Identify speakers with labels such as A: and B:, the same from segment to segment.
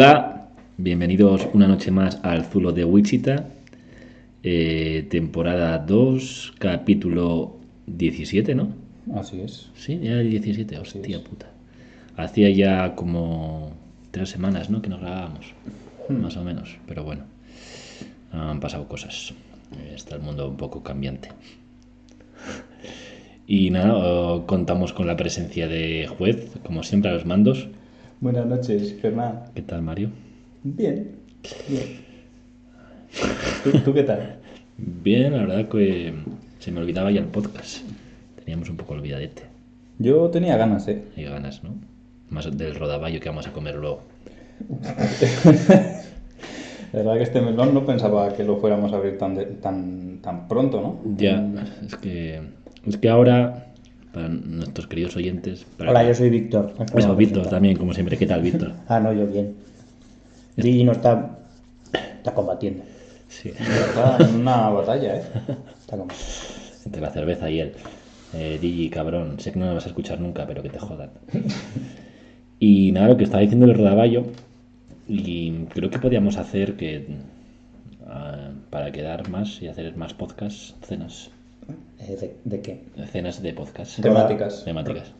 A: Hola, bienvenidos una noche más al Zulo de Wichita, eh, temporada 2, capítulo 17, ¿no?
B: Así es.
A: Sí, ya el 17,
B: Así
A: hostia
B: es.
A: puta. Hacía ya como tres semanas, ¿no? Que nos grabábamos,
B: Hmm.
A: más o menos, pero bueno, han pasado cosas. Eh, Está el mundo un poco cambiante. Y nada, eh, contamos con la presencia de juez, como siempre a los mandos.
B: Buenas noches, Fernán.
A: ¿Qué tal, Mario?
B: Bien. Bien. ¿Tú, tú qué tal?
A: Bien, la verdad que se me olvidaba ya el podcast. Teníamos un poco olvidadete.
B: Yo tenía ganas, ¿eh?
A: Hay ganas, ¿no? Más del rodaballo que vamos a comer luego.
B: La verdad que este melón no pensaba que lo fuéramos a abrir tan, de- tan, tan pronto, ¿no?
A: Ya, es que, es que ahora, para nuestros queridos oyentes... Para
C: Hola, yo soy Víctor.
A: Eso, Víctor también, como siempre. ¿Qué tal, Víctor?
C: Ah, no, yo bien. Digi no está, está combatiendo.
A: Sí,
B: Está en una batalla, ¿eh?
C: Está combatiendo.
A: entre la cerveza y él. Eh, Digi, cabrón, sé que no me vas a escuchar nunca, pero que te jodan. Y nada, lo que estaba diciendo el rodaballo, y creo que podíamos hacer que... ah, para quedar más y hacer más podcasts, cenas.
C: Eh, ¿de, de qué?
A: Cenas de podcast.
B: Temáticas.
A: Temáticas.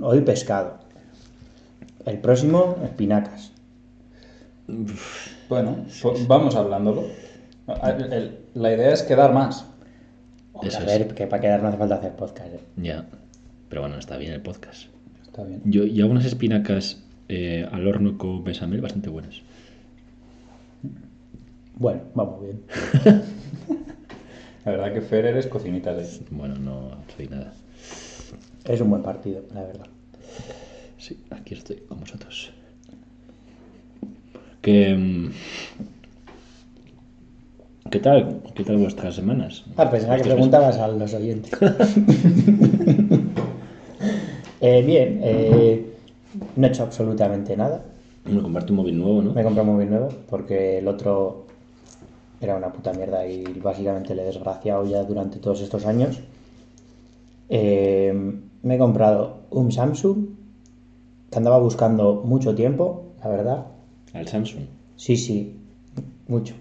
C: Hoy pescado. El próximo, espinacas.
B: Bueno, pues vamos hablándolo. El- el- la idea es quedar más.
C: Hombre,
A: Eso
C: a
A: es.
C: ver, que para quedar no hace falta hacer podcast. eh.
A: Ya. Pero bueno, está bien el podcast.
B: Está bien.
A: Yo, yo hago unas espinacas eh, al horno con bechamel bastante buenas.
C: Bueno, vamos bien.
B: La verdad que Fer eres cocinita de...
A: Bueno, no soy nada.
C: Es un buen partido, la verdad.
A: Sí, aquí estoy con vosotros. Que, mm, ¿Qué tal? ¿Qué tal vuestras semanas?
C: Ah, pensaba que
A: Vuestros-
C: preguntabas a los oyentes. Eh, bien, eh, no he hecho absolutamente nada.
A: Me comprarte un móvil nuevo, ¿no?
C: Me he comprado un móvil nuevo porque el otro era una puta mierda y básicamente le he desgraciado ya durante todos estos años. Eh, me he comprado un Samsung que andaba buscando mucho tiempo, la verdad.
A: Al Samsung.
C: Sí, sí, mucho.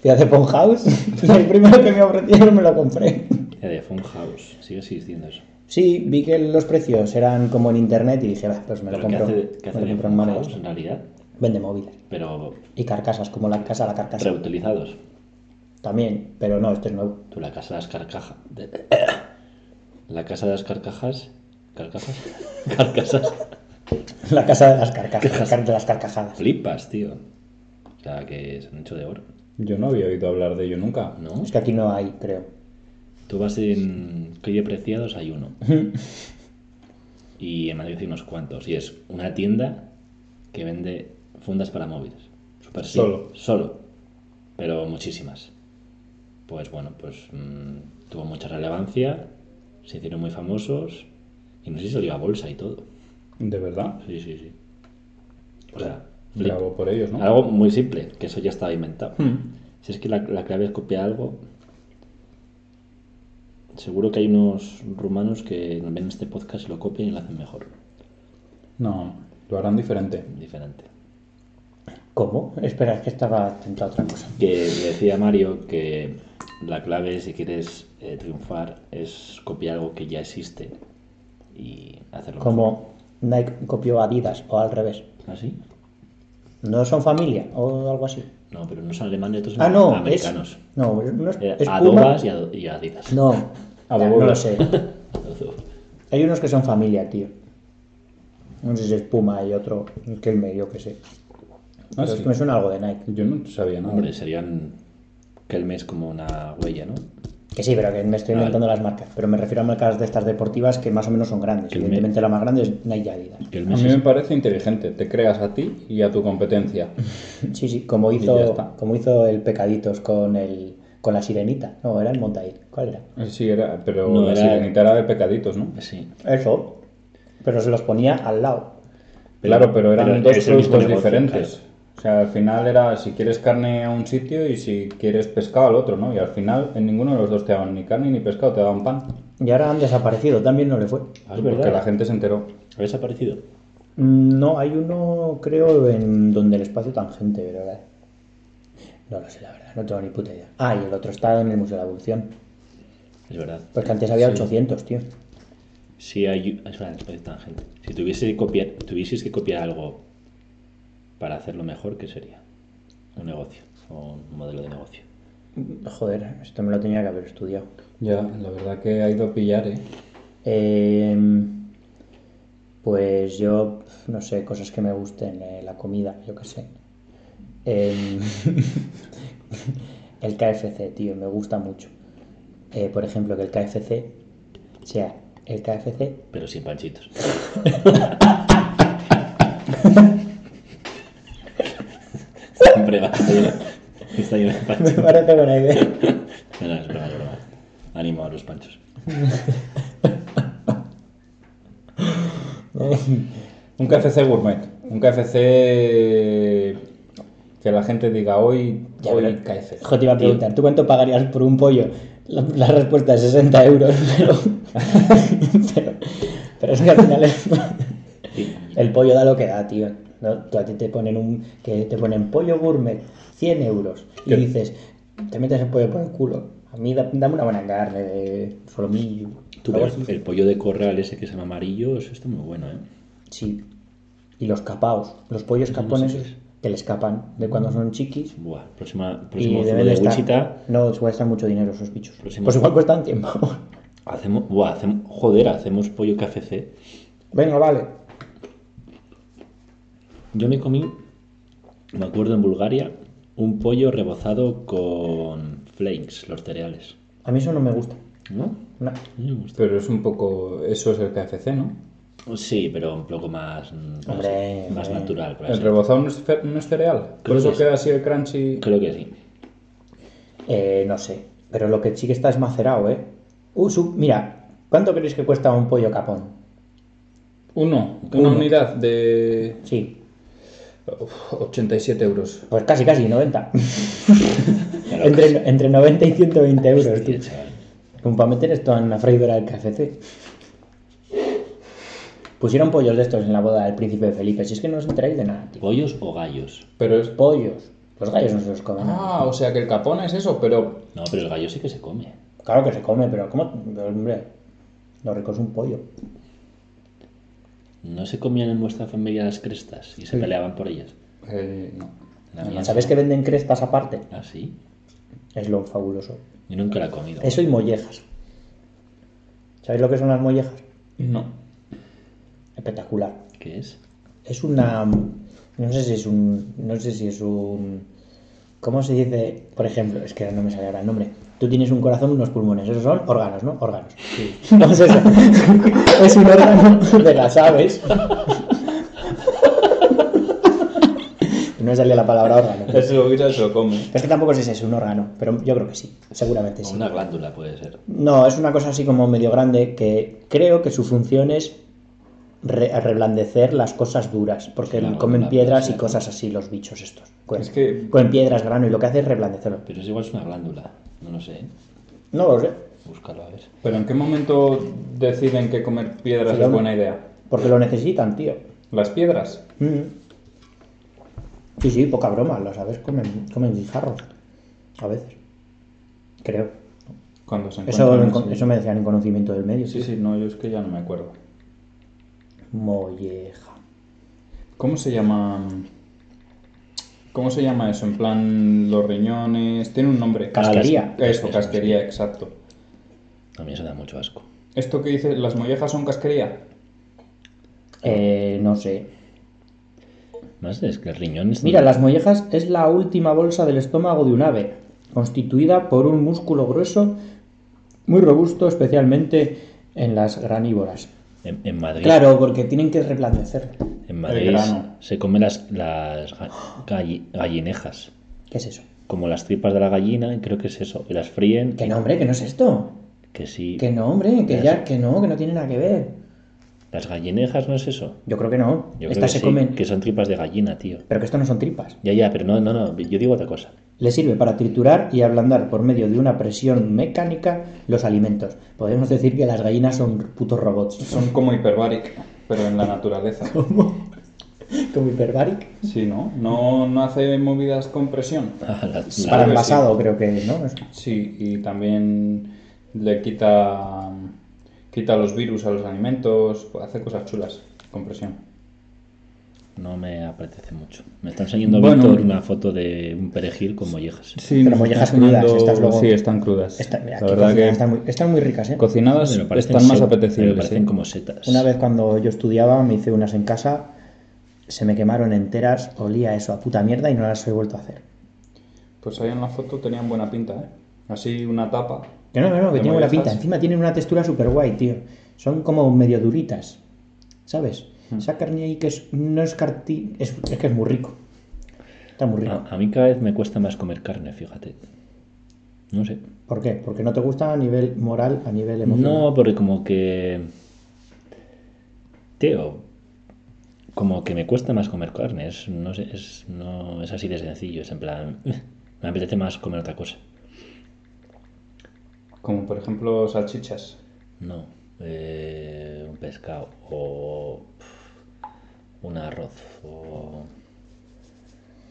C: Fui a The Phone House y el primero que me ofrecieron me lo compré.
A: Ya de Phone House. Sigue existiendo eso.
C: Sí, vi que los precios eran como en internet y dije, "Bah, pues me lo
A: Pero ¿qué
C: compro.
A: hace, qué hace
C: me lo
A: de
C: compro en
A: Phone
C: mano
A: House en
C: de-
A: realidad?
C: Vende móviles
A: Pero
C: y carcasas, como la casa, la carcasa.
A: reutilizados.
C: También, pero no, esto es nuevo.
A: Tú la casa de las carcajas. La casa de las carcajas. Carcajas. Carcasas.
C: La casa de las carcajadas. De las carcajadas.
A: Flipas, tío. O sea, que se han hecho de oro.
B: Yo no había oído hablar de ello nunca.
A: ¿No?
C: Es que aquí no hay, creo.
A: Tú vas en Calle Preciados, hay uno. y en Madrid hay unos cuantos. Y es una tienda que vende fundas para móviles. Super
B: Solo.
A: Solo. Pero muchísimas. Pues bueno, pues mm, tuvo mucha relevancia. Se hicieron muy famosos. Y no sé si salió a bolsa y todo.
B: ¿De verdad?
A: Sí, sí, sí. O sea, flip.
B: Bravo por ellos, ¿no?
A: algo muy simple, que eso ya estaba inventado.
C: Mm.
B: Hmm.
A: Si es que la, la clave es copiar algo. Seguro que hay unos rumanos que nos ven este podcast y lo copian y lo hacen mejor.
B: No, lo harán diferente.
A: Diferente.
C: ¿Cómo? Espera, es que estaba atento a otra cosa.
A: Que decía Mario que la clave, si quieres eh, triunfar, es copiar algo que ya existe y hacerlo
C: Como Nike copió a Adidas o al revés.
A: mejor. ¿Ah, sí?
C: ¿No son familia o algo así?
A: No, pero no son alemanes, estos son
C: Ah, no, es.
A: Pues americanos.
C: No, no es,
A: Eh,
C: es Puma.
A: Adobas y, Ado- y Adidas.
C: No,
B: Adobo.
C: no lo sé. Hay unos que son familia, tío. No sé si es Puma y otro que el medio, que sé.
A: Ah,
C: Pero es
B: Ah, sí.
C: que me suena algo de Nike.
B: Yo no sabía nada.
A: Hombre, serían que el mes como una huella, ¿no?
C: Que sí, pero que me estoy
A: Ah,
C: inventando las marcas. Pero me refiero a marcas de estas deportivas que más o menos son grandes.
A: Que me-
C: Evidentemente la más grande es Nike y Adidas.
A: Que el
B: A
A: mes
B: mí
A: es-
B: me parece inteligente. Te creas a ti y a tu competencia.
C: Sí, sí, como
B: ya
C: hizo,
B: está.
C: como hizo el Pecaditos con el con la sirenita. No, era el Montair. ¿Cuál era?
B: Sí, era, pero
A: No,
B: la
A: era-
B: sirenita era de pecaditos, ¿no?
A: Sí.
C: Eso. Pero se los ponía al lado.
B: claro, pero eran
A: pero
B: dos
A: es el mismo
B: productos
A: negocio,
B: diferentes.
A: claro.
B: O sea, al final era si quieres carne a un sitio y si quieres pescado al otro, ¿no? Y al final en ninguno de los dos te daban ni carne ni pescado, te daban pan.
C: Y ahora han desaparecido, también no le fue.
A: Ah, es
B: porque
A: verdad.
B: la gente se enteró.
A: ¿Ha desaparecido?
C: Mm, No, hay uno, creo, en donde el espacio tangente, pero ahora- No lo sé, la verdad, no tengo ni puta idea. Ah, y el otro está en el Museo de la Evolución.
A: Es verdad.
C: Pues que antes había 800, tío.
A: Si hay. Es una respuesta tangente. Si tuviese que copiar, tuvieses que copiar algo para hacerlo mejor, ¿qué sería? Un negocio o un modelo de negocio.
C: Joder, esto me lo tenía que haber estudiado.
B: Ya, la verdad que ha ido a pillar, ¿eh?
C: Em, pues yo, no sé, cosas que me gusten, eh, la comida, yo qué sé. Em, el KFC, tío, me gusta mucho. Eh, por ejemplo, que el KFC sea el KFC
A: Pero sin panchitos. Siempre va a Está lleno de
C: Me
A: panchos.
C: parece buena idea.
A: No, no, es broma, es broma. Ánimo a los panchos.
B: Un KFC gourmet. Un KFC que la gente diga hoy,
C: Ya,
B: hoy
C: pero-
B: KFC.
C: Jo, te iba a preguntar, ¿tú cuánto pagarías por un pollo? La, la respuesta es 60 euros, pero, pero, pero es que al final es- el pollo da lo que da, tío. ¿no? Tú a ti te ponen un que te ponen pollo gourmet, 100 euros, y
B: ¿Qué?
C: dices, te metes el pollo por el culo. A mí da- dame una buena carne de solomillo.
A: Tú,
C: algo
A: pero el,
C: así.
A: el pollo de corral ese que es el amarillo, eso está muy bueno, ¿eh?
C: Sí. Y los capaos, los pollos capones
A: sé qué es.
C: que le escapan de cuando son chiquis.
A: Buah, próxima,
C: Y
A: próximo zumo
C: deben
A: de
C: estar-
A: Wichita.
C: No, se cuesta mucho dinero esos bichos.
A: Próximo.
C: Pues igual cuestan 100 pavos.
A: Hacemos, buah, hacemos, joder, hacemos pollo KFC.
C: Venga, vale.
A: Yo me comí, me acuerdo en Bulgaria, un pollo rebozado con flakes, los cereales.
C: A mí eso no me gusta.
A: ¿No?
C: No.
A: Me gusta.
B: Pero es un poco. Eso es el KFC, ¿no?
A: Sí, pero un poco más, mm, no
C: Hombre,
A: sé, más
C: hombre.
A: natural. por
B: El
A: así
B: rebozado no es, fe- no es cereal. Por
A: Creo
B: eso
A: que sí.
B: queda así el crunchy.
A: Creo que sí.
C: Eh, no sé. Pero lo que sí que está es macerado, ¿eh? Uh, su- Mira, ¿cuánto creéis que cuesta un pollo capón?
B: Uno, una unidad de
C: Sí.
B: uf, 87 euros.
C: Pues casi, casi, 90.
A: Claro.
C: entre, entre 90 y 120 euros,
A: Hostia,
C: tío.
A: chaval.
C: Como para meter esto en la freidora del KFC. Pusieron pollos de estos en la boda del príncipe Felipe. Si es que no os enteráis de nada, tío.
A: ¿Pollos o gallos?
B: Pero es.
C: Pollos. Los gallos no se los comen.
B: Ah, o sea que el capón es eso, pero.
A: No, pero el gallo sí que se come.
C: Claro que se come, pero ¿cómo? Pero, Hombre, lo rico es un pollo.
A: ¿No se comían en vuestra familia las crestas y se peleaban por ellas?
B: eh, no.
A: La mía
C: ¿Sabes que venden crestas aparte?
A: no. ¿Ah, sí?
C: Es lo fabuloso.
A: Yo nunca la he comido.
C: Eso y mollejas. ¿Sabéis lo que son las mollejas?
B: No.
C: Espectacular.
A: ¿Qué es?
C: Es una. No sé si es un. No sé si es un. ¿Cómo se dice? Por ejemplo, es que no me sale ahora el nombre. Tú tienes un corazón, unos pulmones. Esos son órganos, ¿no? Órganos. No es eso. es un órgano de las aves. No me salía la palabra órgano. pero-
B: Eso lo se lo come.
C: pero Es que tampoco sé si es un órgano, pero yo creo que sí. Seguramente
A: O
C: sí.
A: una glándula puede ser.
C: No, es una cosa así como medio grande que creo que su función es re- reblandecer las cosas duras, porque
A: Claro,
C: comen
A: la-
C: piedras y
A: la-
C: cosas así los bichos estos. Comen,
B: Es que-
C: comen piedras, grano, y lo que hace es reblandecerlo.
A: Pero es igual es una glándula. No lo sé. ¿eh?
C: No lo sé,
A: Búscalo a ver.
B: Pero ¿en qué momento deciden que comer piedras
C: Sí,
B: es
C: hombre.
B: buena idea?
C: porque lo necesitan, tío.
B: ¿Las piedras?
C: Mm. Sí, sí, poca broma, los aves comen, comen guijarros, a veces. Creo.
B: Cuando se
C: Eso,
B: encuentran
C: en con-
B: así.
C: eso me decían en conocimiento del medio.
B: Sí, sí, no, yo es que ya no me acuerdo.
C: Molleja.
B: ¿Cómo se llama? ¿Cómo se llama eso? En plan, los riñones. Tiene un nombre.
C: Casquería.
B: Eso,
A: Eso,
B: casquería, exacto.
A: A mí eso da mucho asco.
B: ¿Esto que dices, las mollejas son casquería?
C: Eh, no sé,
A: Más es que el riñón es...
C: Mira, las mollejas es la última bolsa del estómago de un ave, constituida por un músculo grueso muy robusto, especialmente en las granívoras.
A: En, en Madrid,
C: Claro, porque tienen que reblandecer.
A: en Madrid
B: grano.
A: se comen las, las ga- galli- gallinejas.
C: ¿Qué es eso?
A: Como las tripas de la gallina, y creo que es eso. Y las fríen.
C: Que no, hombre, que no es esto.
A: Que sí.
C: Que no, hombre, que
A: Ya
C: ya,
A: sé.
C: que no, que no tiene nada que ver.
A: Las gallinejas no es eso.
C: Yo creo que no.
A: Yo creo que
C: Estas se
A: sí,
C: comen.
A: que son tripas de gallina, tío.
C: Pero que esto no son tripas.
A: Ya, ya, pero no, no, no. Yo digo otra cosa.
C: Le sirve para triturar y ablandar por medio de una presión mecánica los alimentos. Podemos decir que las gallinas son putos robots.
B: Son como hiperbaric, pero en la naturaleza.
C: Como hiperbaric.
B: Sí, ¿no? ¿no? No hace movidas con presión.
A: Ah, la- la-
B: Claro
C: Para
B: que
C: envasado, creo que, ¿no? Es-
B: Sí, y también le quita, quita los virus a los alimentos, hace cosas chulas con presión.
A: no me apetece mucho. Me está enseñando
B: Bueno.
A: Víctor una foto de un perejil con mollejas.
B: Sí,
C: Pero mollejas crudas, estas luego-
B: Sí, están crudas.
C: Está-
B: la
C: aquí
B: verdad
C: cocinadas
B: que
C: están, muy, están muy ricas, ¿eh?
B: cocinadas
A: Me parecen
B: están más
A: set- Me
B: apetecibles.
A: parecen
B: ¿eh?
A: como setas.
C: Una vez cuando yo estudiaba me hice unas en casa, se me quemaron enteras, olía eso a puta mierda y no las he vuelto a hacer.
B: Pues ahí en la foto tenían buena pinta, ¿eh? Así una tapa.
C: Que no, que no, que
B: ¿Te
C: tiene buena pinta.
B: molestas?
C: Encima tienen una textura súper guay, tío. Son como medio duritas, ¿sabes?
B: Hmm.
C: Esa carne ahí que es- no es carti... Es, es que es muy rico. Está muy rico.
B: Ah.
A: A, a mí cada vez me cuesta más comer carne, fíjate. No sé.
C: ¿Por qué? Porque no te gusta a nivel moral, a nivel emocional.
A: No, porque como que... Tío, como que me cuesta más comer carne. Es, no sé, es, no, es así de sencillo. Es en plan... Me apetece más comer otra cosa.
B: Como por ejemplo salchichas.
A: No. eh, un pescado o pf, un arroz o,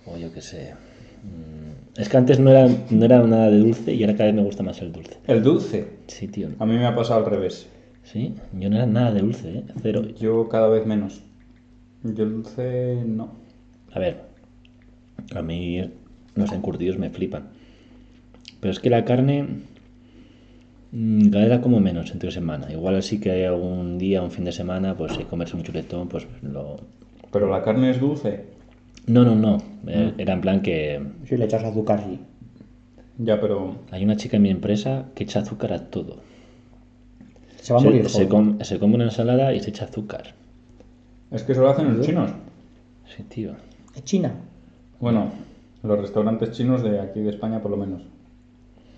A: o yo qué sé. Mm, Es que antes no era, no era nada de dulce y ahora cada vez me gusta más el dulce.
B: El dulce.
A: Sí, tío.
B: A mí me ha pasado al revés.
A: Sí, yo no era nada de dulce, ¿eh? Cero.
B: Yo cada vez menos. Yo el dulce no.
A: A ver, a mí los encurtidos me flipan. Pero es que la carne mm, cada vez la como menos entre semana. Igual así que hay algún día, un fin de semana, pues si comerse un chuletón, pues lo...
B: Pero la carne es dulce.
A: No, no, no. Eh, Era en plan que
C: Si le echas azúcar, sí.
B: Ya, pero
A: hay una chica en mi empresa que echa azúcar a todo.
C: Se va a
A: Se-
C: morir.
A: se,
C: joder.
A: com- se come una ensalada y se echa azúcar.
B: es que eso lo hacen los chinos.
A: Sí, tío.
C: Es China.
B: Bueno, los restaurantes chinos de aquí de España por lo menos.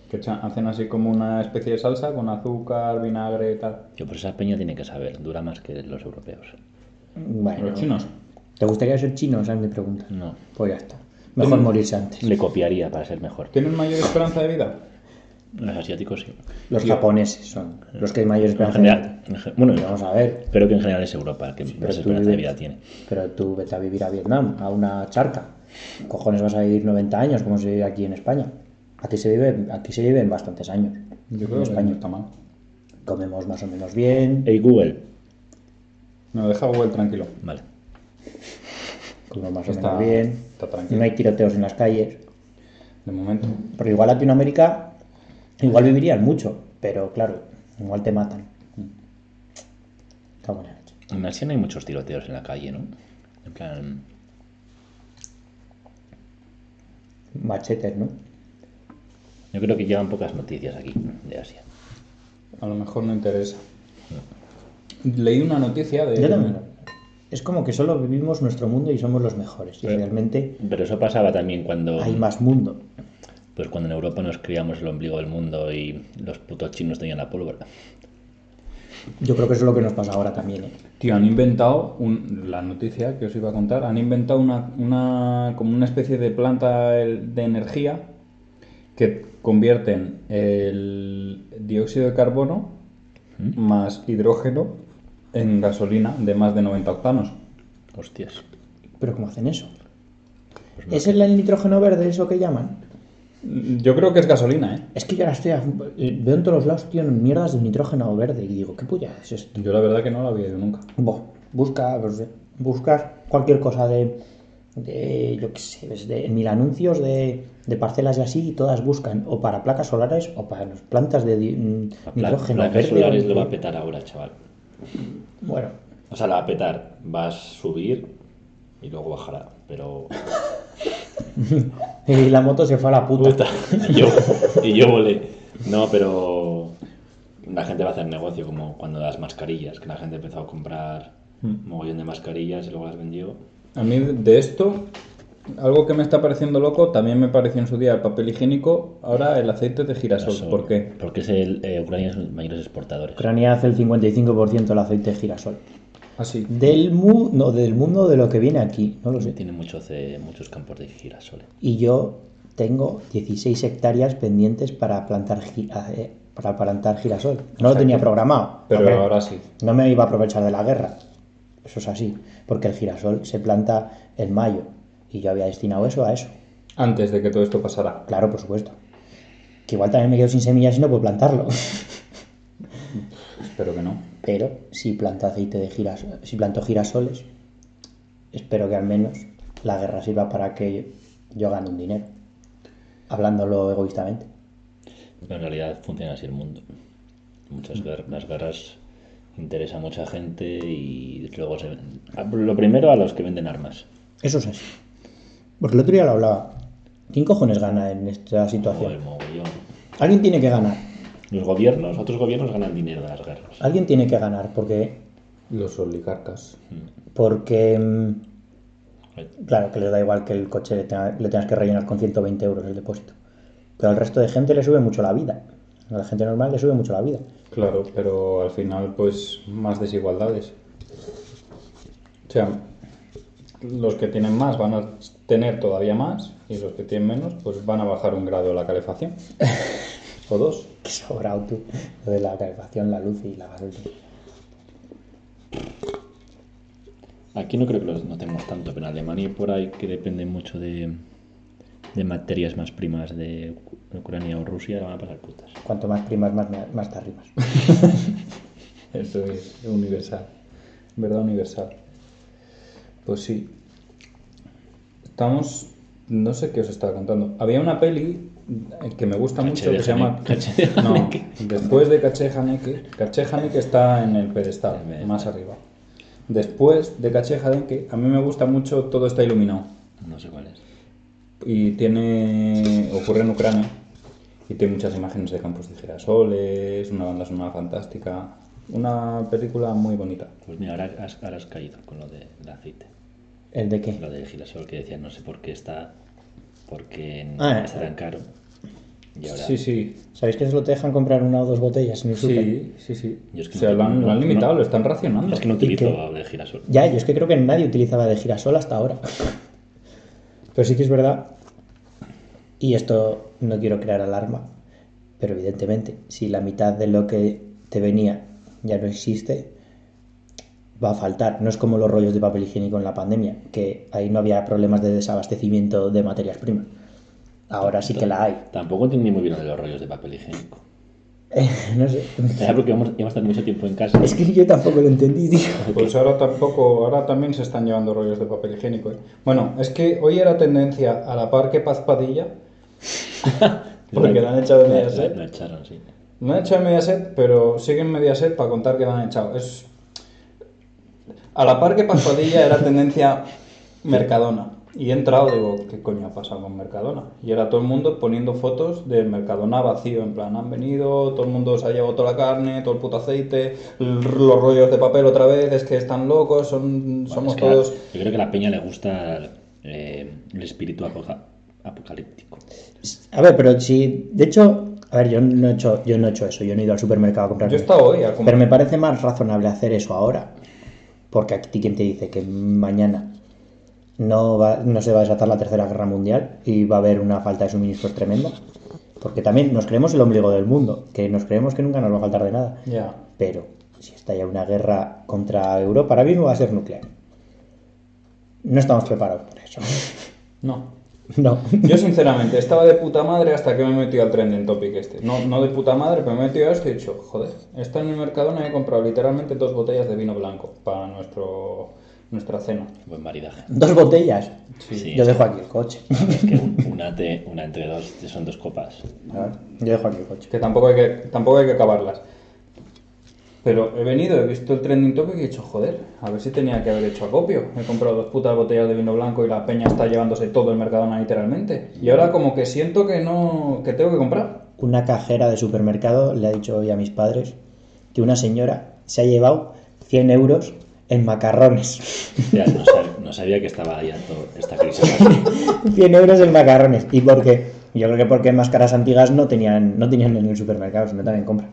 B: Que echan- hacen así como una especie de salsa con azúcar, vinagre y tal.
A: Yo, pues esa peña tiene que saber. Dura más que los europeos.
C: Bueno.
B: Los chinos.
C: ¿Te gustaría ser chino? Esa es mi pregunta.
A: No.
C: Pues ya está. Mejor
B: Mm.
C: morirse antes.
A: Le copiaría para ser mejor.
B: ¿Tienen mayor esperanza de vida?
A: Los asiáticos sí.
C: Los
B: Yo-
C: japoneses son los que mayor
A: En
C: esperanza de vida.
A: general. en ge- Bueno,
C: Pero Vamos a ver,
A: Creo que en general es Europa el que más
C: tú
A: esperanza de
C: vives-
A: vida tiene.
C: pero tú vete a vivir a Vietnam, a una charca. Cojones vas a vivir 90 años como se vive aquí en España. Aquí se vive, aquí se viven bastantes años.
B: Yo
C: en
B: creo que no
C: España
B: está mal.
C: comemos más o menos bien,
B: Eh,
A: Hey Google.
B: No, deja Google tranquilo.
A: Vale.
C: comemos más o
B: Está-
C: menos bien.
B: está tranquilo.
C: No hay tiroteos en las calles.
B: De momento.
C: Porque igual Latinoamérica, igual vivirían mucho, pero claro, igual te matan. Cago en la leche.
A: En Asia no hay muchos tiroteos en la calle, ¿no? En plan.
C: Machetes, ¿no?
A: Yo creo que llevan pocas noticias aquí de Asia.
B: A lo mejor no interesa. Leí una noticia de...
C: Yo
A: Eh,
C: también. Es como que solo vivimos nuestro mundo y somos los mejores. Y
A: Pero-
C: realmente
A: Pero eso pasaba también cuando.
C: hay más mundo.
A: Pues cuando en Europa nos criamos el ombligo del mundo y los putos chinos tenían la pólvora.
C: Yo creo que eso es lo que nos pasa ahora también. ¿eh?
B: Tío, han inventado un- la noticia que os iba a contar. Han inventado una, una- como una especie de planta el- de energía que convierten el dióxido de carbono ¿Mm? más hidrógeno en gasolina de más de 90 octanos.
A: Hostias.
C: Pero ¿cómo hacen eso?
A: Pues
C: ¿Es el, el nitrógeno verde eso que llaman?
B: Yo creo que es gasolina, ¿eh?
C: Es que yo ahora estoy... a- eh, Veo en todos los lados, tío, mierdas de nitrógeno verde. Y digo, ¿qué puya es esto?
B: Yo la verdad que no la había oído nunca.
C: Bo, busca, pues, eh, buscas cualquier cosa de, de, yo qué sé, ves, de mil anuncios de, de parcelas y así, y todas buscan o para placas solares o para las plantas de di- mm,
A: La pla-
C: nitrógeno
A: placas
C: verde.
A: solares
C: o-
A: lo va a petar ahora, chaval.
C: Bueno,
A: O sea, la va a petar. Vas a subir y luego bajará. Pero.
C: y la moto se fue a la puta.
A: Puta. Y yo, y yo volé. No, pero la gente va a hacer negocio, como cuando las mascarillas, que la gente empezó a comprar
C: Hmm.
A: un mogollón de mascarillas y luego las vendió.
B: A mí de esto, algo que me está pareciendo loco, también me pareció en su día el papel higiénico, ahora el aceite de girasol.
A: Eso-
B: ¿Por qué?
A: Porque es el, eh, Ucrania es uno de los mayores exportadores.
C: Ucrania hace el 55% del aceite de girasol.
B: Así.
C: Del mundo, del mundo de lo que viene aquí, no lo sé.
A: Tiene muchos, eh, muchos campos de girasol.
C: Y yo tengo 16 hectáreas pendientes para plantar, gi- eh, para plantar girasol. No lo tenía programado.
B: Pero
C: hombre.
B: ahora sí.
C: No me iba a aprovechar de la guerra. Eso es así, porque el girasol se planta en mayo y yo había destinado eso a eso.
B: Antes de que todo esto pasara.
C: Claro, por supuesto. Que igual también me quedo sin semillas y no puedo plantarlo.
B: Espero que no.
C: Pero si planto aceite de girasol, si planto girasoles, espero que al menos la guerra sirva para que yo gane un dinero. Hablándolo egoístamente.
A: Pero en realidad funciona así el mundo. Muchas guer- las guerras interesan a mucha gente y luego se ven- a- Lo primero a los que venden armas.
C: Eso es así. Porque el otro día lo hablaba. ¿Quién cojones gana en esta
A: O el
C: situación?
A: mogollón.
C: Alguien tiene que ganar.
A: Los gobiernos, otros gobiernos ganan dinero de las guerras.
C: Alguien tiene que ganar porque
B: Los oligarcas.
C: porque mm,
A: Eh,
C: Claro, que les da igual que el coche le, tenga- le tengas que rellenar con 120 euros el depósito. Pero al resto de gente le sube mucho la vida. A la gente normal le sube mucho la vida.
B: Claro, pero al final, pues, más desigualdades. O sea, los que tienen más van a tener todavía más y los que tienen menos, pues van a bajar un grado la calefacción. o dos.
C: Qué sobrado tú. Lo de la calefacción, la luz y la gasolina.
A: Aquí no creo que los notemos tanto, pero en Alemania y por ahí que depende mucho de, de materias más primas de Uc- Ucrania o Rusia, van a pasar putas.
C: Cuanto más primas, más, me- más te arrimas.
B: Eso es universal. Verdad universal. Pues sí. Estamos. No sé qué os estaba contando. Había una peli que me gusta
A: Caché
B: mucho
A: de
B: que se llama.
A: Haneke. Caché de
B: no,
A: Haneke.
B: después de Caché Haneke. Caché Haneke está en el pedestal,
A: El pedestal.
B: más arriba. Después de Caché Haneke, a mí me gusta mucho Todo está iluminado.
A: No sé cuál es.
B: Y tiene. ocurre en Ucrania. Y tiene muchas imágenes de campos de girasoles, una banda sonora fantástica. Una película muy bonita.
A: Pues mira, ahora has, ahora has caído con lo del aceite.
C: ¿El de qué?
A: Lo del girasol que decían, no sé por qué está, porque
C: Ah,
A: está tan caro. Y ahora,
B: Sí, sí.
C: ¿Sabéis que solo te dejan comprar una o dos botellas en el súper?
B: Sí, sí, sí.
A: Yo es que
B: o sea,
A: no-
B: lo han,
A: no-
B: lo han limitado,
A: no-
B: lo están racionando.
A: Es que no utilizo de girasol.
C: Ya, yo es que creo que nadie utilizaba de girasol hasta ahora. Pero sí que es verdad. Y esto no quiero crear alarma. Pero evidentemente, si la mitad de lo que te venía ya no existe, va a faltar. No es como los rollos de papel higiénico en la pandemia, que ahí no había problemas de desabastecimiento de materias primas. Ahora sí que la hay.
A: Tampoco entendí muy bien lo de los rollos de papel higiénico.
C: no sé.
A: Era porque hemos, hemos estado mucho tiempo en casa.
C: Es que yo tampoco lo entendí, tío.
B: Pues ahora tampoco, ahora también se están llevando rollos de papel higiénico. ¿eh? Bueno, es que hoy era tendencia a la par que Paz Padilla, porque la han echado en ¿eh?
A: La- la-
B: Mediaset.
A: la echaron, sí.
B: No han echado en Mediaset, pero siguen en Mediaset para contar que la han echado. Es... A la par que Paz Padilla era tendencia Mercadona. Y he entrado, digo, ¿qué coño ha pasado con Mercadona? Y era todo el mundo poniendo fotos de Mercadona vacío, en plan, han venido, todo el mundo se ha llevado toda la carne, todo el puto aceite, l- los rollos de papel otra vez, es que están locos, son,
A: Bueno,
B: somos
A: es que
B: todos...
A: a- yo creo que a la peña le gusta eh, el espíritu apoca- apocalíptico.
C: A ver, pero si. De hecho, a ver, yo no he hecho, yo no he hecho eso. Yo no he ido al supermercado a comprar.
B: Yo he estado hoy a
C: Pero
B: comprar...
C: me parece más razonable hacer eso ahora. Porque aquí quien te dice que mañana no, va- no se va a desatar la tercera guerra mundial y va a haber una falta de suministros tremenda. Porque también nos creemos el ombligo del mundo, que nos creemos que nunca nos va a faltar de nada.
B: Ya.
C: Pero si está ya una guerra contra Europa, ahora mismo va a ser nuclear. No estamos preparados para eso.
B: No.
C: No.
B: Yo sinceramente estaba de puta madre hasta que me he metido al trending topic este. No, no de puta madre, pero me he metido a esto y he dicho, joder, está en el Mercadona y he comprado literalmente dos botellas de vino blanco para nuestro nuestra cena.
A: Buen maridaje.
C: Dos botellas.
B: Sí.
A: Sí.
C: Yo dejo aquí el coche.
A: Es que un- una, te- una entre dos son dos copas.
C: A ver, Yo dejo aquí el coche.
B: Que tampoco hay que tampoco hay que acabarlas. Pero he venido, he visto el trending topic y he dicho, joder, a ver si tenía que haber hecho acopio. He comprado dos putas botellas de vino blanco y la peña está llevándose todo el Mercadona literalmente. Y ahora como que siento que no que tengo que comprar.
C: Una cajera de supermercado le ha dicho hoy a mis padres que una señora se ha llevado 100 euros en macarrones.
A: Ya, no, sab- no sabía que estaba ya todo esta crisis. así.
C: 100 euros en macarrones. ¿Y por qué? Yo creo que porque máscaras antiguas no tenían, no tenían en el supermercado, sino también compra.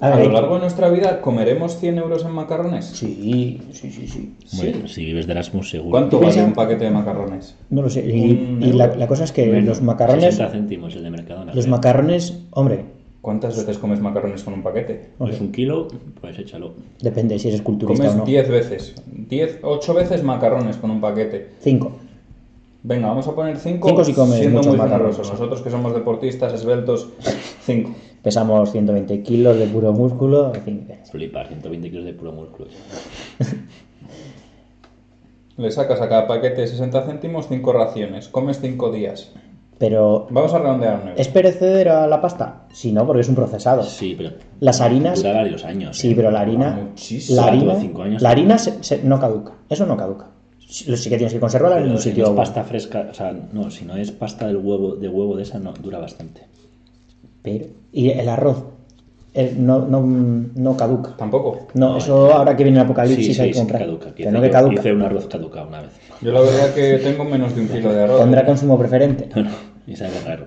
B: A lo largo de nuestra vida comeremos 100 euros en macarrones.
C: Sí, sí, sí, sí.
A: Muy bien, si vives de Erasmus seguro.
B: ¿Cuánto vale
C: Piensa-
B: un paquete de macarrones?
C: No lo sé. Y,
B: Un
C: y la,
B: euro.
C: la cosa es que
A: Bueno,
C: los macarrones...
A: 60 céntimos el de Mercadona. ¿eh?
C: Los
A: creo.
C: macarrones, hombre,
B: ¿Cuántas veces comes macarrones con un paquete?
A: Pues un kilo, pues échalo.
C: Depende si eres culturista o
B: Comes
C: no.
B: 10 veces. 10, 8 veces macarrones con un paquete.
C: Cinco.
B: Venga, vamos a poner 5
C: Cinco si comes
B: siendo
C: muchos
B: muy
C: macarrones,
B: generosos.
C: sí.
B: Nosotros que somos deportistas, esbeltos, 5.
C: Pesamos 120 kilos de puro músculo. en fin,
A: Flipar, 120 kilos de puro músculo.
B: Le sacas a cada paquete 60 céntimos, 5 raciones. Comes 5 días.
C: Pero,
B: Vamos a redondear un euro.
C: ¿es perecedero a la pasta? Sí, no, porque es un procesado.
A: Sí, pero.
C: Las harinas-
A: Dura varios años.
C: Sí,
A: ¿eh?
C: pero la harina.
B: Muchísimo.
C: La
A: Cuatro o
C: harina,
A: cinco años.
C: la harina se- se- no caduca. Eso no caduca. Sí sí que tienes que conservarla en
A: Pero
C: un
A: si
C: sitio.
A: no es
C: bueno.
A: pasta fresca, o sea, no, si no es pasta del huevo, de huevo de esa, no, dura bastante.
C: Pero, y el arroz eh, no, no, no caduca.
B: Tampoco.
C: No,
A: No,
C: eso ahora que viene el apocalipsis
A: sí,
C: hay
A: sí,
C: que
A: sí,
C: comprar.
A: caduca.
C: que
A: Hice
C: no que
A: yo-
C: caduca.
A: Hice un arroz caducado una vez.
B: Yo la verdad que tengo menos de un kilo de arroz. ¿eh?
C: Pondrá consumo preferente.
A: No, no, y sabe raro.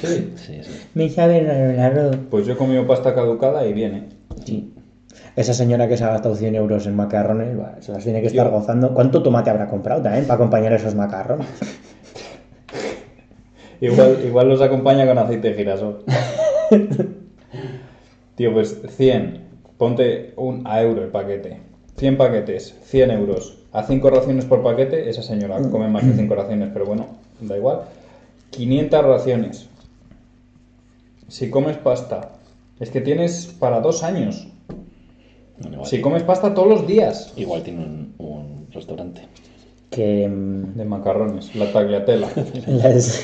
B: Sí.
A: Sí, sí.
C: Me sabe raro el arroz.
B: Pues yo he comido pasta caducada y viene.
C: Sí. Esa señora que se ha gastado 100 euros en macarrones, buah, se las tiene que estar
B: Yo-
C: gozando. ¿Cuánto tomate habrá comprado también para acompañar esos macarrones?
B: Igual, igual los acompaña con aceite de girasol. Tío, pues 100. Ponte un a euro el paquete. 100 paquetes, 100 euros. A 5 raciones por paquete, esa señora come más de 5 raciones, pero bueno, da igual. 500 raciones. Si comes pasta, es que tienes para dos años.
A: Bueno, igual,
B: Si comes pasta todos los días.
A: igual tiene un, un restaurante.
C: Que. mm,
B: De macarrones, la tagliatela.
C: las-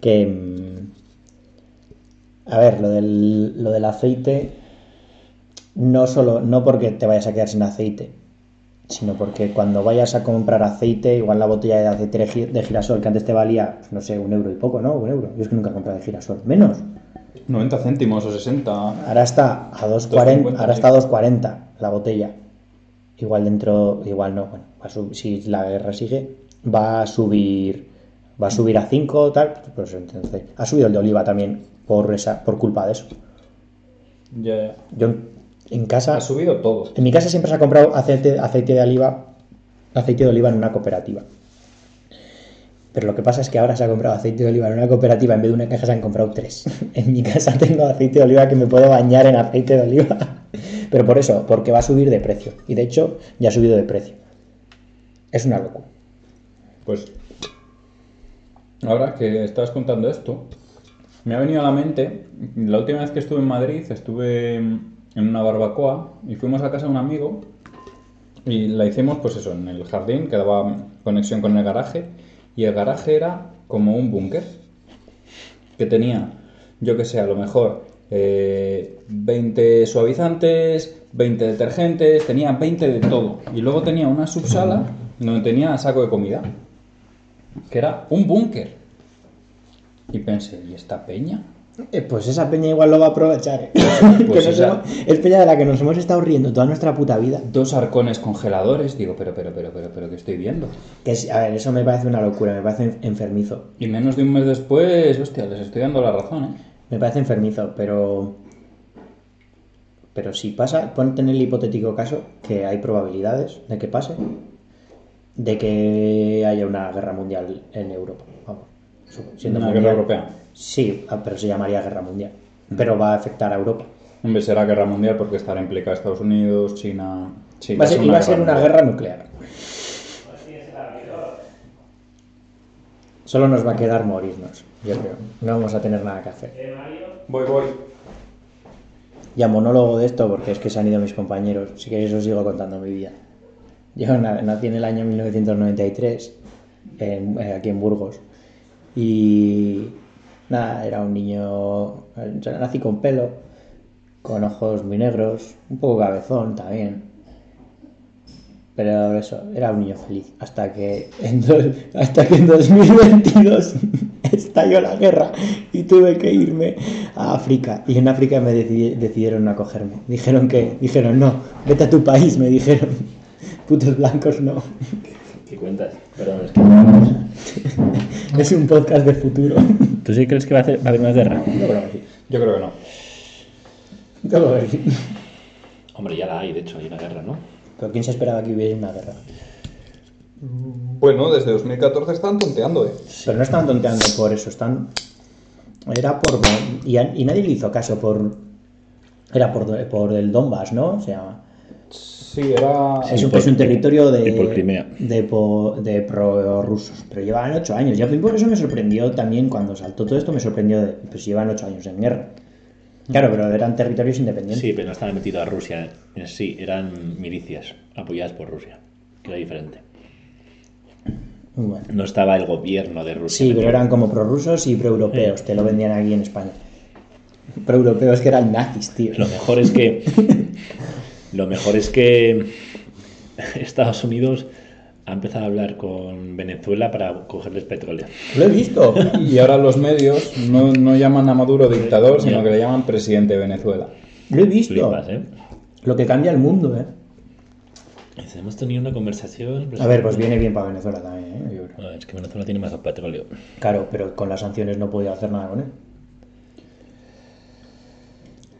C: que. mm, A ver, lo del, lo del aceite. No solo. No porque te vayas a quedar sin aceite. Sino porque cuando vayas a comprar aceite, igual la botella de aceite de gi- de girasol que antes te valía, pues, no sé, un euro y poco, ¿no? Un euro. Yo es que nunca he comprado de girasol. Menos.
B: 90 céntimos o 60.
C: Ahora está a 2.40,
B: 2,50,
C: ahora
B: sí.
C: está a 2.40 la botella. Igual dentro, igual no, bueno, va a sub- si la guerra sigue, va a subir va a subir a 5 tal, pues entonces ha subido el de oliva también por esa por culpa de eso.
B: Ya, ya.
C: Yo en, en casa
B: Ha subido todo.
C: en mi casa siempre se ha comprado aceite, aceite de oliva, aceite de oliva en una cooperativa. Pero lo que pasa es que ahora se ha comprado aceite de oliva en una cooperativa, en vez de una caja se han comprado tres. En mi casa tengo aceite de oliva que me puedo bañar en aceite de oliva. Pero por eso, porque va a subir de precio. Y de hecho, ya ha subido de precio. Es una locura.
B: Pues ahora que estás contando esto, me ha venido a la mente, la última vez que estuve en Madrid, estuve en una barbacoa y fuimos a casa de un amigo y la hicimos pues eso, en el jardín, que daba conexión con el garaje y el garaje era como un búnker que tenía, yo que sé, a lo mejor eh, 20 suavizantes, 20 detergentes, tenía 20 de todo y luego tenía una subsala donde tenía saco de comida que era un búnker. Y pensé, ¿y esta peña?
C: Eh, pues esa peña igual lo va a aprovechar. ¿eh? Que
B: Pues
C: nos
B: esa-
C: hemos- es peña de la que nos hemos estado riendo toda nuestra puta vida.
B: Dos arcones congeladores, digo, pero, pero, pero, pero, pero, ¿qué estoy viendo?
C: Que es- a ver, eso me parece una locura, me parece enfermizo.
B: Y menos de un mes después, hostia, les estoy dando la razón, ¿eh?
C: Me parece enfermizo, pero. Pero si pasa, ponte en el hipotético caso que hay probabilidades de que pase, de que haya una guerra mundial en Europa. Vamos, su- siendo
B: Una
C: mundial.
B: guerra europea.
C: Sí, ah, pero se llamaría guerra mundial. Pero va a afectar a Europa.
B: Hombre, será guerra mundial porque estará implicada Estados Unidos, China... Sí,
C: va a ser, y va a ser una
B: mundial.
C: guerra nuclear. Solo nos va a quedar morirnos, yo creo. No vamos a tener nada que hacer.
B: Voy, voy.
C: Ya monólogo de esto, porque es que se han ido mis compañeros. Si queréis os sigo contando mi vida. Yo na- nací en el año 1993, en- eh, aquí en Burgos. Y nada, era un niño... Nací con pelo, con ojos muy negros, un poco cabezón también. Pero eso, era un niño feliz. Hasta que en, do- hasta que en 2022 estalló la guerra y tuve que irme a África. Y en África me decidi- decidieron no acogerme. Dijeron que, dijeron, no, vete a tu país, me dijeron. Putos blancos, no.
A: ¿Qué cuentas? Perdón, es que.
C: Es un podcast de futuro.
A: ¿Tú sí crees que va a, hacer- va a haber una guerra?
C: Yo creo que sí.
B: Yo creo que no.
C: Yo creo que sí.
A: Hombre, ya la hay, de hecho, hay una guerra, ¿no?
C: Pero ¿quién se esperaba que hubiese una guerra?
B: Bueno, desde 2014 están tonteando, ¿eh?
C: Pero no están tonteando por eso, están Era por. Y, a- y nadie le hizo caso por. Era por, por el Donbass, ¿no? O sea,
B: Sí, era.
C: es, un,
A: por-
C: es un territorio de.
A: y por Crimea.
C: De, po- de prorrusos. Pero llevaban ocho años. Ya por eso me sorprendió también cuando saltó todo esto, me sorprendió de. Pues llevan ocho años en guerra. Claro, pero eran territorios independientes.
A: Sí, pero no estaba metido a Rusia en sí, eran milicias apoyadas por Rusia, que era diferente.
C: Bueno.
A: No estaba el gobierno de Rusia.
C: Sí, pero eran como prorrusos y proeuropeos. Te lo vendían aquí en España. Proeuropeos que eran nazis, tío.
A: Lo mejor es que. lo mejor es que. Estados Unidos ha empezado a hablar con Venezuela para cogerles petróleo.
C: Lo he visto.
B: Y ahora los medios no, no llaman a Maduro dictador, sino que le llaman presidente de Venezuela.
C: Lo he visto.
A: Flipas, ¿eh?
C: Lo que cambia el mundo, ¿eh?
A: Dice, Hemos tenido una conversación.
C: A ver, pues viene bien para Venezuela también, ¿eh?
B: Yo
A: No,
B: creo.
A: es que Venezuela tiene más petróleo.
C: Claro, pero con las sanciones no podía hacer nada con él.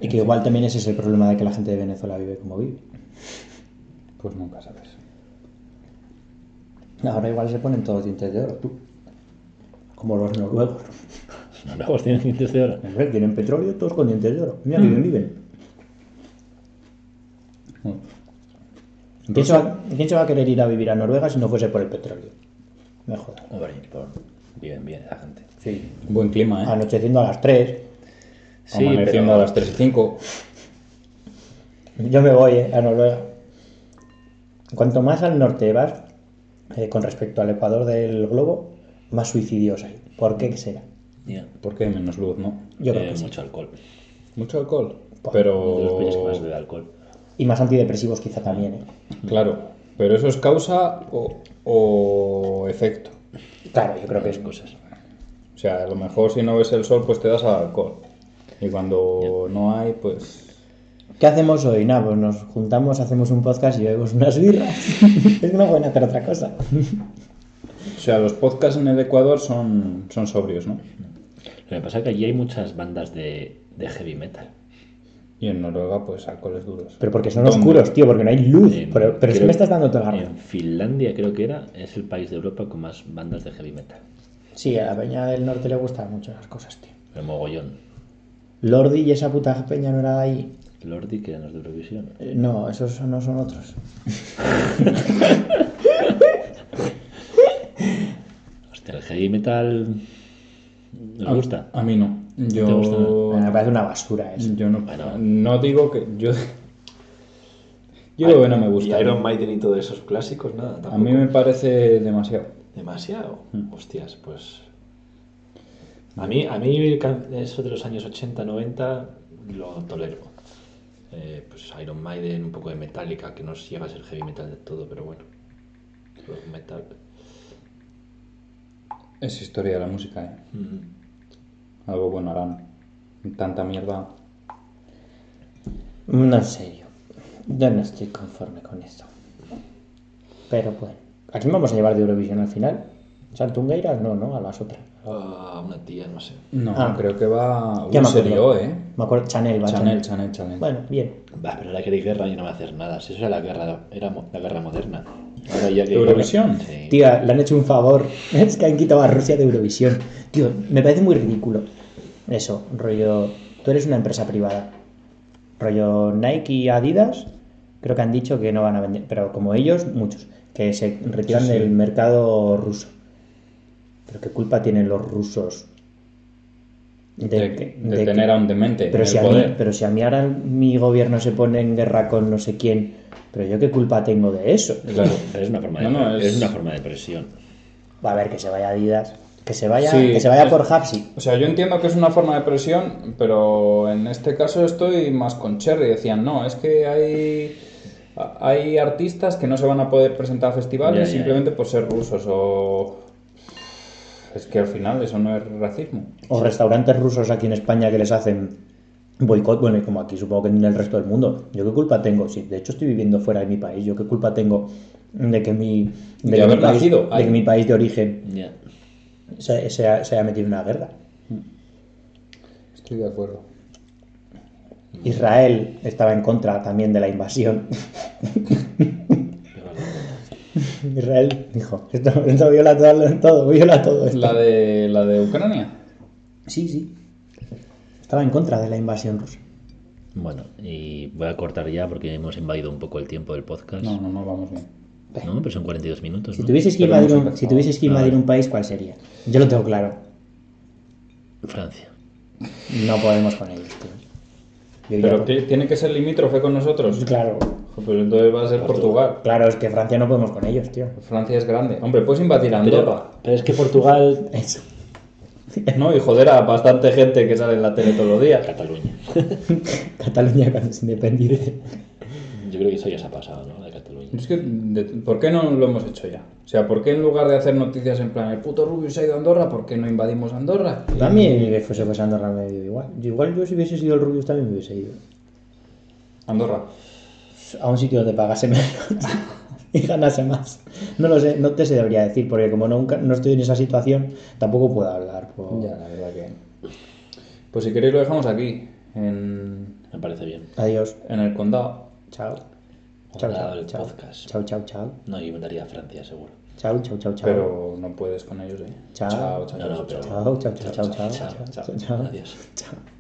C: Y que igual también ese es el problema de que la gente de Venezuela vive como vive.
B: Pues nunca sabes.
C: Ahora igual se ponen todos dientes de oro, tú. Como los noruegos.
A: Los noruegos tienen dientes pues de oro.
C: Hombre, Tienen petróleo todos con dientes de oro. Mira que bien viven.
B: Bueno,
C: ¿Quién se, va, quién se va a querer ir a vivir a Noruega si no fuese por el petróleo? Me jodas.
A: Hombre, por... bien, bien, la gente.
C: Sí.
B: Buen clima, ¿eh?
C: Anocheciendo a las 3.
A: Sí,
B: Amaneciendo
A: pero-
B: a las 3 y 5.
C: Yo me voy eh, a Noruega. Cuanto más al norte vas, eh, con respecto al ecuador del globo, más suicidios hay. ¿Por qué será?
A: Ya.
B: ¿Por qué menos luz, no?
C: Yo creo
A: Eh,
C: que sí.
A: mucho alcohol.
B: Mucho alcohol.
A: De los países que
B: Pero.
A: más bebe alcohol.
C: Y más antidepresivos quizá también. ¿eh?
B: Claro. Pero eso es causa o, o efecto.
C: Claro, yo creo que
A: Varias
C: es...
A: cosas.
B: O sea, a lo mejor si no ves el sol, pues te das al alcohol. Y cuando no hay, pues.
C: ¿Qué hacemos hoy? Nada, pues nos juntamos, hacemos un podcast y bebemos unas birras. es que no pueden hacer otra cosa.
B: O sea, los podcasts en el Ecuador son, son sobrios, ¿no?
A: Lo que pasa es que allí hay muchas bandas de, de heavy metal.
B: Y en Noruega, pues alcoholes duros.
C: Pero porque son
B: ¿Dónde?
C: oscuros, tío, porque no hay luz.
A: En-
C: pero pero es que
A: creo-
C: me estás dando toda la razón.
A: En Finlandia, creo que era, es el país de Europa con más bandas de heavy metal.
C: Sí, a la peña del norte le gustan mucho las cosas, tío.
A: El mogollón.
C: Lordi y esa puta peña no era de ahí.
A: Lordi, que eran los de Eurovisión.
C: Eh, No, esos no son otros.
A: Hostia, el heavy metal. ¿Nos gusta?
B: A mí no. Yo.
A: te gusta
C: Ah, Me parece una basura eso.
B: Yo no.
A: Bueno.
B: No digo que. Yo. Yo creo que no me gusta.
D: Y Iron Maiden y todos esos clásicos, nada.
B: A
D: Tampoco.
B: mí me parece demasiado.
D: Demasiado.
B: Mm.
D: Hostias, pues. A mí, a mí can- eso de los años 80, 90 lo tolero. Eh, pues Iron Maiden, un poco de Metallica, que no llega a ser heavy metal de todo, pero bueno. Rock metal.
B: Es historia de la música, ¿eh?
D: Ujú.
B: Algo bueno harán. Tanta mierda.
C: Mm. No, en serio. Yo no estoy conforme con esto. Pero bueno. ¿A quién vamos a llevar de Eurovisión al final? ¿Santungueiras? No, no, a las otras.
D: Ah, una tía, no sé.
B: No,
C: Ah.
B: creo que va. Uy,
C: Ya me
B: se
C: acuerdo.
B: lió, ¿eh?
C: Me acuerdo, Chanel, va
B: Chanel, Chanel, Chanel.
C: Bueno, bien.
A: Va, pero ahora queréis guerra y no va a hacer nada. Si eso era la guerra, era mo- la guerra moderna. Ahora ya que.
B: ¿Eurovisión?
A: Sí.
C: Tía, le han hecho un favor. Es que han quitado a Rusia de Eurovisión. Tío, me parece muy ridículo. Eso, rollo. Tú eres una empresa privada. Rollo Nike y Adidas. Creo que han dicho que no van a vender. Pero como ellos, muchos. Que se retiran del mercado ruso. Pero qué culpa tienen los rusos de,
B: De,
C: que-
B: de
C: de
B: tener
C: que-
B: a un demente en
C: pero
B: el
C: si, a mí,
B: poder.
C: pero si a mí ahora mi gobierno se pone en guerra con no sé quién, pero yo qué culpa tengo de eso.
B: Claro.
A: Pero es una forma de,
B: No, no,
A: es...
B: es-
A: una forma de presión.
C: Va a ver que se vaya Adidas, que se vaya,
B: Sí,
C: que se vaya
B: es-
C: por Hapsi.
B: O sea, yo entiendo que es una forma de presión, pero en este caso estoy más con Cherry. Decían, no, es que hay, hay artistas que no se van a poder presentar a
A: Ya,
B: festivales
A: ya, ya.
B: simplemente por ser rusos o... Es que al final eso no es racismo.
C: O restaurantes rusos aquí en España que les hacen boicot, bueno, y como aquí supongo que en el resto del mundo. ¿Yo qué culpa tengo? Si de hecho estoy viviendo fuera de mi país, ¿yo qué culpa tengo de que mi, de
B: De
C: que
B: haber
C: mi país,
B: nacido
C: de
B: ahí.
C: que mi país de origen
A: Ya.
C: se, se ha- se haya metido en una guerra?
B: Estoy de acuerdo.
C: Israel estaba en contra también de la invasión. Israel dijo, esto, esto viola todo, todo, viola todo esto.
B: ¿La de, la de Ucrania?
C: Sí, sí. Estaba en contra de la invasión rusa.
A: Bueno, y voy a cortar ya porque hemos invadido un poco el tiempo del podcast.
B: No, no, no, vamos bien.
A: No, pero son 42 minutos.
C: Si
A: ¿no?
C: tuvieses que
B: Pero
C: invadir,
B: hemos
C: un, si tuvieses que
A: Ah,
C: invadir
A: vale.
C: un país, ¿cuál sería? Yo lo tengo claro.
A: Francia.
C: No podemos con ellos, tío. Yo iría
B: Pero pues
C: por-
B: que- tiene que ser limítrofe con nosotros.
C: Claro,
B: Ojo, Pero entonces va a ser Portugal.
C: claro, es que Francia no podemos con ellos, tío.
B: Francia es grande. Hombre, puedes invadir Andorra.
D: Pero, pero es que Portugal.
C: Eso.
B: No, y joder a bastante gente que sale en la tele todos los días.
D: Cataluña.
C: Cataluña cuando se independice.
D: Yo creo que eso ya se ha pasado, ¿no? De Cataluña.
B: Es que, de- ¿por qué no lo hemos hecho ya? O sea, ¿por qué en lugar de hacer noticias en plan el puto Rubio se ha ido a Andorra, ¿por qué no invadimos Andorra?
C: A mí, eh, fuese fuese Andorra, me dio igual. Yo, igual yo si hubiese sido el Rubius también me hubiese ido.
B: Andorra.
C: A un sitio donde pagase menos y ganase más. No lo sé, no te se debería decir, porque como nunca no estoy en esa situación, tampoco puedo hablar. por-
B: Ya, la verdad que. Pues si queréis lo dejamos aquí, en,
D: Me parece bien.
C: Adiós.
B: en el condado.
C: Chao. Chao,
D: Hola,
C: chao,
D: el
C: chao.
D: podcast.
C: Chao, chao, chao.
D: No, yo mandaría a Francia, seguro.
C: Chao, chao, chao, chao.
B: Pero no puedes con ellos, eh.
C: Chao.
B: chao, chao.
D: No, no,
B: chao.
D: pero-
C: Chao, chao, chao, chao, chao.
D: Chao,
C: Chao,
D: chao.
C: chao.
D: Adiós.
C: Chao.